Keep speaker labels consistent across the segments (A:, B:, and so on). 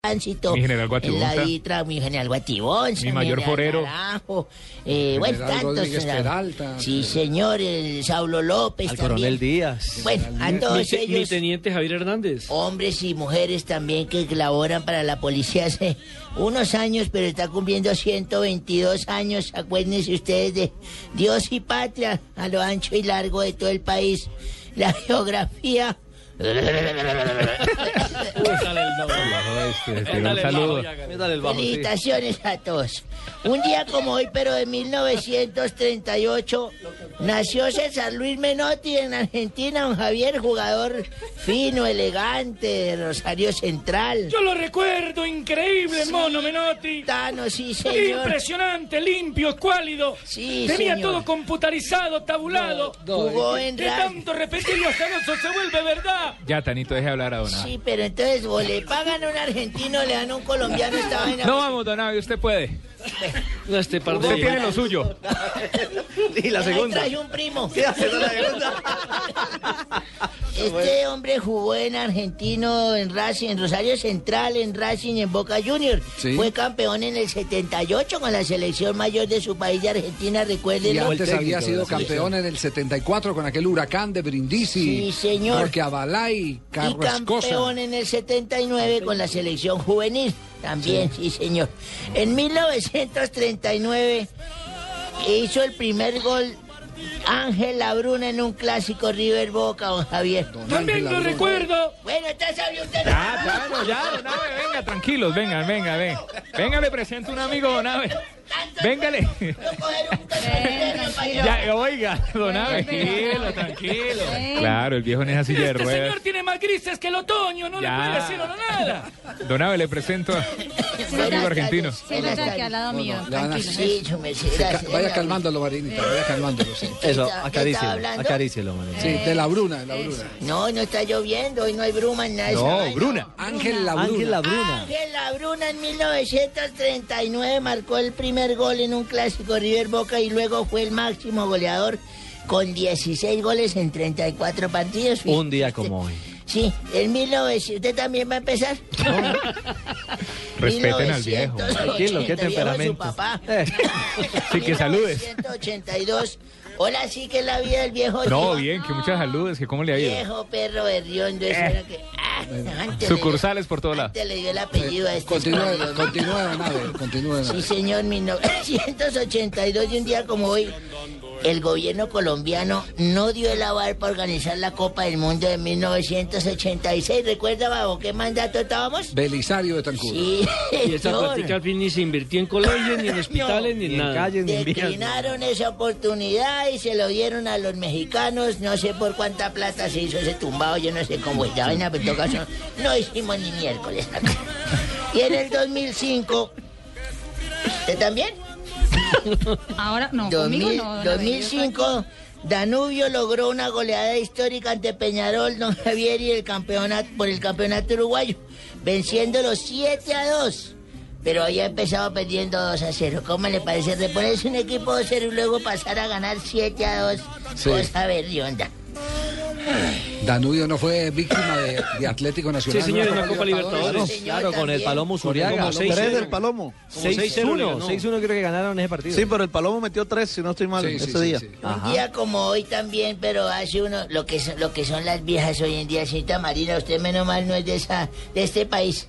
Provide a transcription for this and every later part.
A: Tránsito,
B: Mi general Guatibonza.
A: en La Vitra, mi general Guatibón.
B: Mi mayor forero.
A: eh, bueno, tantos.
C: Rodríguez
A: señor.
C: Peralta.
A: Sí, señor, el Saulo López.
D: Al
A: también.
D: coronel Díaz.
A: Bueno, a
C: Mi,
A: todos
C: te- mi
A: ellos,
C: teniente Javier Hernández.
A: hombres y mujeres también que colaboran para la policía hace unos años, pero está cumpliendo 122 años. Acuérdense ustedes de Dios y patria a lo ancho y largo de todo el país. La geografía.
D: este,
B: un saludo.
A: Felicitaciones a todos. Un día como hoy, pero de 1938, nació César Luis Menotti en Argentina, un Javier, jugador fino, elegante, de Rosario Central.
E: Yo lo recuerdo, increíble, mono Menotti.
A: Tano, sí, señor.
E: Impresionante, limpio, escuálido.
A: Sí,
E: Tenía
A: señor.
E: todo computarizado, tabulado.
A: Jugó en
E: De
A: Racing.
E: tanto repetirlo hasta no se vuelve verdad.
B: Ya, Tanito, deje hablar a Donavi.
A: Sí, pero entonces o le pagan a un argentino, le dan a un colombiano esta vaina.
B: No, vamos, Donavi, usted puede.
C: No, este par
B: Usted
C: de-
B: tiene lo suyo.
D: Y la
A: Ahí
D: segunda.
A: traje un primo.
D: Esa es la segunda.
A: Este hombre jugó en Argentino, en Racing, en Rosario Central, en Racing, en Boca Juniors.
C: Sí.
A: Fue campeón en el 78 con la selección mayor de su país de Argentina,
C: Y
A: recuérdenlo.
C: Fue
D: el
C: antes
D: técnico
C: había
D: de
C: sido
D: la selección.
C: campeón
F: en el 74 con aquel huracán de Brindisi.
A: Sí, señor.
F: Porque Abalay,
A: Y campeón en el 79 con la selección juvenil. También, sí, señor. En 1939 hizo el primer gol Ángel Labruna en un clásico River Boca, don Javier.
E: También lo recuerdo.
A: Bueno, usted sabe usted.
B: Ya, Ah, claro, ya, Donavi, venga, tranquilos, venga, venga, venga. Venga, le presento un amigo, Donavi. Véngale.
A: Yo coger un teléfono para ir a-
B: Ya, oiga, Donavi. Tranquilo, tranquilo. Claro, el viejo en esa silla de
E: Este
B: ruedas.
E: señor tiene más grises que el otoño, no
B: Ya.
E: le puede decir uno nada.
B: Donavi, le presento a un amigo argentino.
A: Buenas
G: Siéntate aquí
A: tardes.
G: al lado mío, tranquilo.
A: Sí, yo me sé, gracias.
F: Vaya calmándolo, Marinita, vaya calmándolo. Sí,
D: Eso,
A: ¿Qué estaba
D: acarícielo.
A: hablando?
D: Acarícielo, Manuel.
F: Sí, de la Bruna, de la Bruna.
A: No, no está lloviendo, hoy no hay bruma en nada. esa
B: No,
A: vaina.
B: Bruna.
F: Ángel la
D: Ángel la
F: Bruna.
D: Bruna.
A: Ángel Labruna en 1939 marcó el primer gol en un clásico River Boca y luego fue el máximo goleador con 16 goles en 34 partidos.
D: Un día como hoy.
A: Sí, en 1900. ¿Usted también va a empezar?
B: Respeten al viejo.
A: 1980,
D: Tranquilo, qué
A: viejo es su
D: temperamento.
A: papá.
D: Eh,
B: Sí, que saludes.
A: 1982. Hola, sí que es la vida del viejo.
B: No,
A: Oliva.
B: bien, que muchas saludes, que cómo le ha ido.
A: Viejo perro berriondo, eso era que. Ah, antes le-
B: Sucursales por todos lados.
A: antes le dio el apellido a este.
F: Continúe,
A: perro.
F: continúe, don Abel, continúe, don
A: Sí,
F: Abel.
A: señor, 1982 y un día como hoy, el gobierno colombiano no dio el aval para organizar la Copa del Mundo de 1986. ¿Recuerda bajo qué mandato estábamos?
F: Belisario de Tancur.
A: Sí,
C: Y esa
A: señor.
C: plática al fin ni se invirtió en colegios, ni en hospitales, ni en
D: Ni en
C: nada.
D: calles, ni en vías.
A: Declinaron esa oportunidad y se lo dieron a los mexicanos. No sé por cuánta plata se hizo ese tumbado, yo no sé cómo estaba en pero en todo caso no hicimos ni miércoles acá. Y en el 2005, ¿usted también?
G: Ahora, no, conmigo
A: 2000,
G: no. don Abel, yo estoy aquí.
A: 2005, Danubio logró una goleada histórica ante Peñarol, Don Javier y el campeonato, por el campeonato uruguayo, venciéndolo 7 a 2. Pero había empezado perdiendo 2 a 0. ¿Cómo le parece? Reponerse un equipo 2 a 0 y luego pasar a ganar 7 a 2.
F: Sí.
A: Cosa berrionda.
F: Danubio no fue víctima de, de Atlético Nacional.
C: Sí, señor,
F: ¿no?
C: en la Copa Libertadores.
A: señor,
D: Claro, con el
A: también.
D: Palomo Zuriaga.
C: Como seis-
D: Tres
C: cero.
D: del Palomo.
C: Como seis cero le
D: 6-1.
C: ganó.
D: 6-1 creo que ganaron ese partido.
H: Sí, pero el Palomo metió tres, si no estoy mal,
F: Sí, sí,
H: ese
F: sí,
H: día.
F: sí.
A: Un día como hoy también, pero hace uno lo que son, lo que son las viejas hoy en día, señorita Marina, usted menos mal no es de esa, de este país.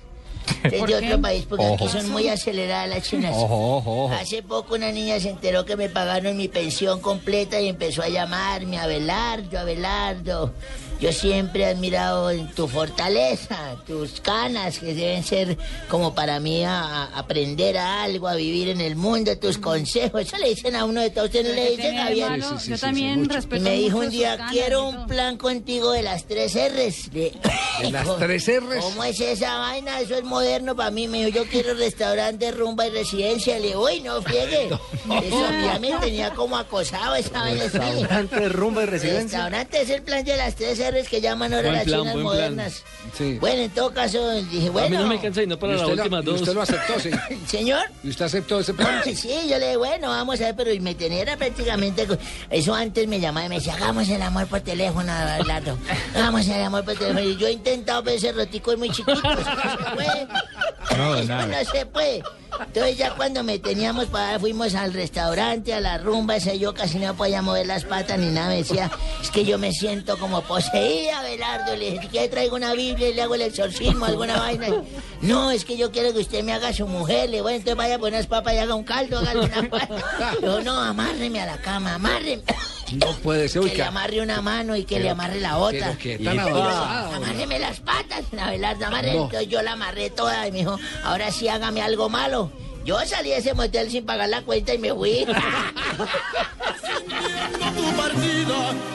A: Es
G: ¿Por
A: de
G: qué?
A: otro país, porque aquí
B: Ojo.
A: son muy aceleradas las chinas.
B: Ojo, ojo, ojo.
A: Hace poco una niña se enteró que me pagaron mi pensión completa y empezó a llamarme Abelardo, Abelardo. Yo siempre he admirado en tu fortaleza, tus canas, que deben ser como para mí a, a aprender a algo, a vivir en el mundo, tus consejos. Eso le dicen a uno de todos, usted no le dice,
G: Tiene de
A: Javier.
G: malo, yo también respeto
A: Me dijo
G: mucho
A: un
G: sus
A: día,
G: ganas
A: quiero
G: y
A: un
G: todo".
A: plan contigo de las tres R's. De,
F: ¿De las tres R's?
A: ¿Cómo es esa vaina? Eso es moderno para mí. Me dijo, yo quiero restaurante, rumba y residencia. Le digo, uy, no friegue. Eso ya me tenía como acosado esa vaina. sí.
D: Restaurante, rumba y residencia.
A: Restaurante es el plan de las tres R's que llaman ahora
C: Buen
A: las
C: plan,
A: chinas
C: buen plan.
A: modernas.
F: Sí.
A: Bueno, en todo caso, dije,
C: A mí
A: bueno,
C: no me alcanza no para
F: y
C: las
F: usted, la-
C: últimas
F: y
C: dos.
F: usted lo aceptó, sí.
A: señor.
F: ¿Y usted aceptó ese plan?
A: Sí, yo le dije, bueno, vamos a ver, pero me tenía era prácticamente... co- Eso antes me llamaba y me decía, hagamos el amor por teléfono, Lato. Hagamos el amor por teléfono. Y yo he intentado, pero ese rotico es muy chiquito. eso no se puede.
B: No,
A: Eso
B: nada.
A: no se puede. Entonces ya cuando me teníamos para fuimos al restaurante, a la rumba, ese yo casi no podía mover las patas ni nada. Me decía, es que yo me siento como poseída, Belardo. Le dije, ¿qué traigo una Biblia y le hago el exorcismo, alguna vaina? No, es que yo quiero que usted me haga su mujer. Le digo, "Bueno, entonces vaya a poner unas papas y haga un caldo, hágale una vaina". Yo, no, amárreme a la cama, amárreme.
F: No puede ser. Uy,
A: Que
F: que-
A: le amarre una mano y que
F: pero-
A: le amarre la otra.
F: pero que tan
A: Y yo,
F: avanzado,
A: Amárreme las patas, la verdad, amarre.
F: No.
A: Entonces yo la amarré toda y me dijo, ahora sí hágame algo malo. Yo salí de ese motel sin pagar la cuenta y me fui.
E: tu partida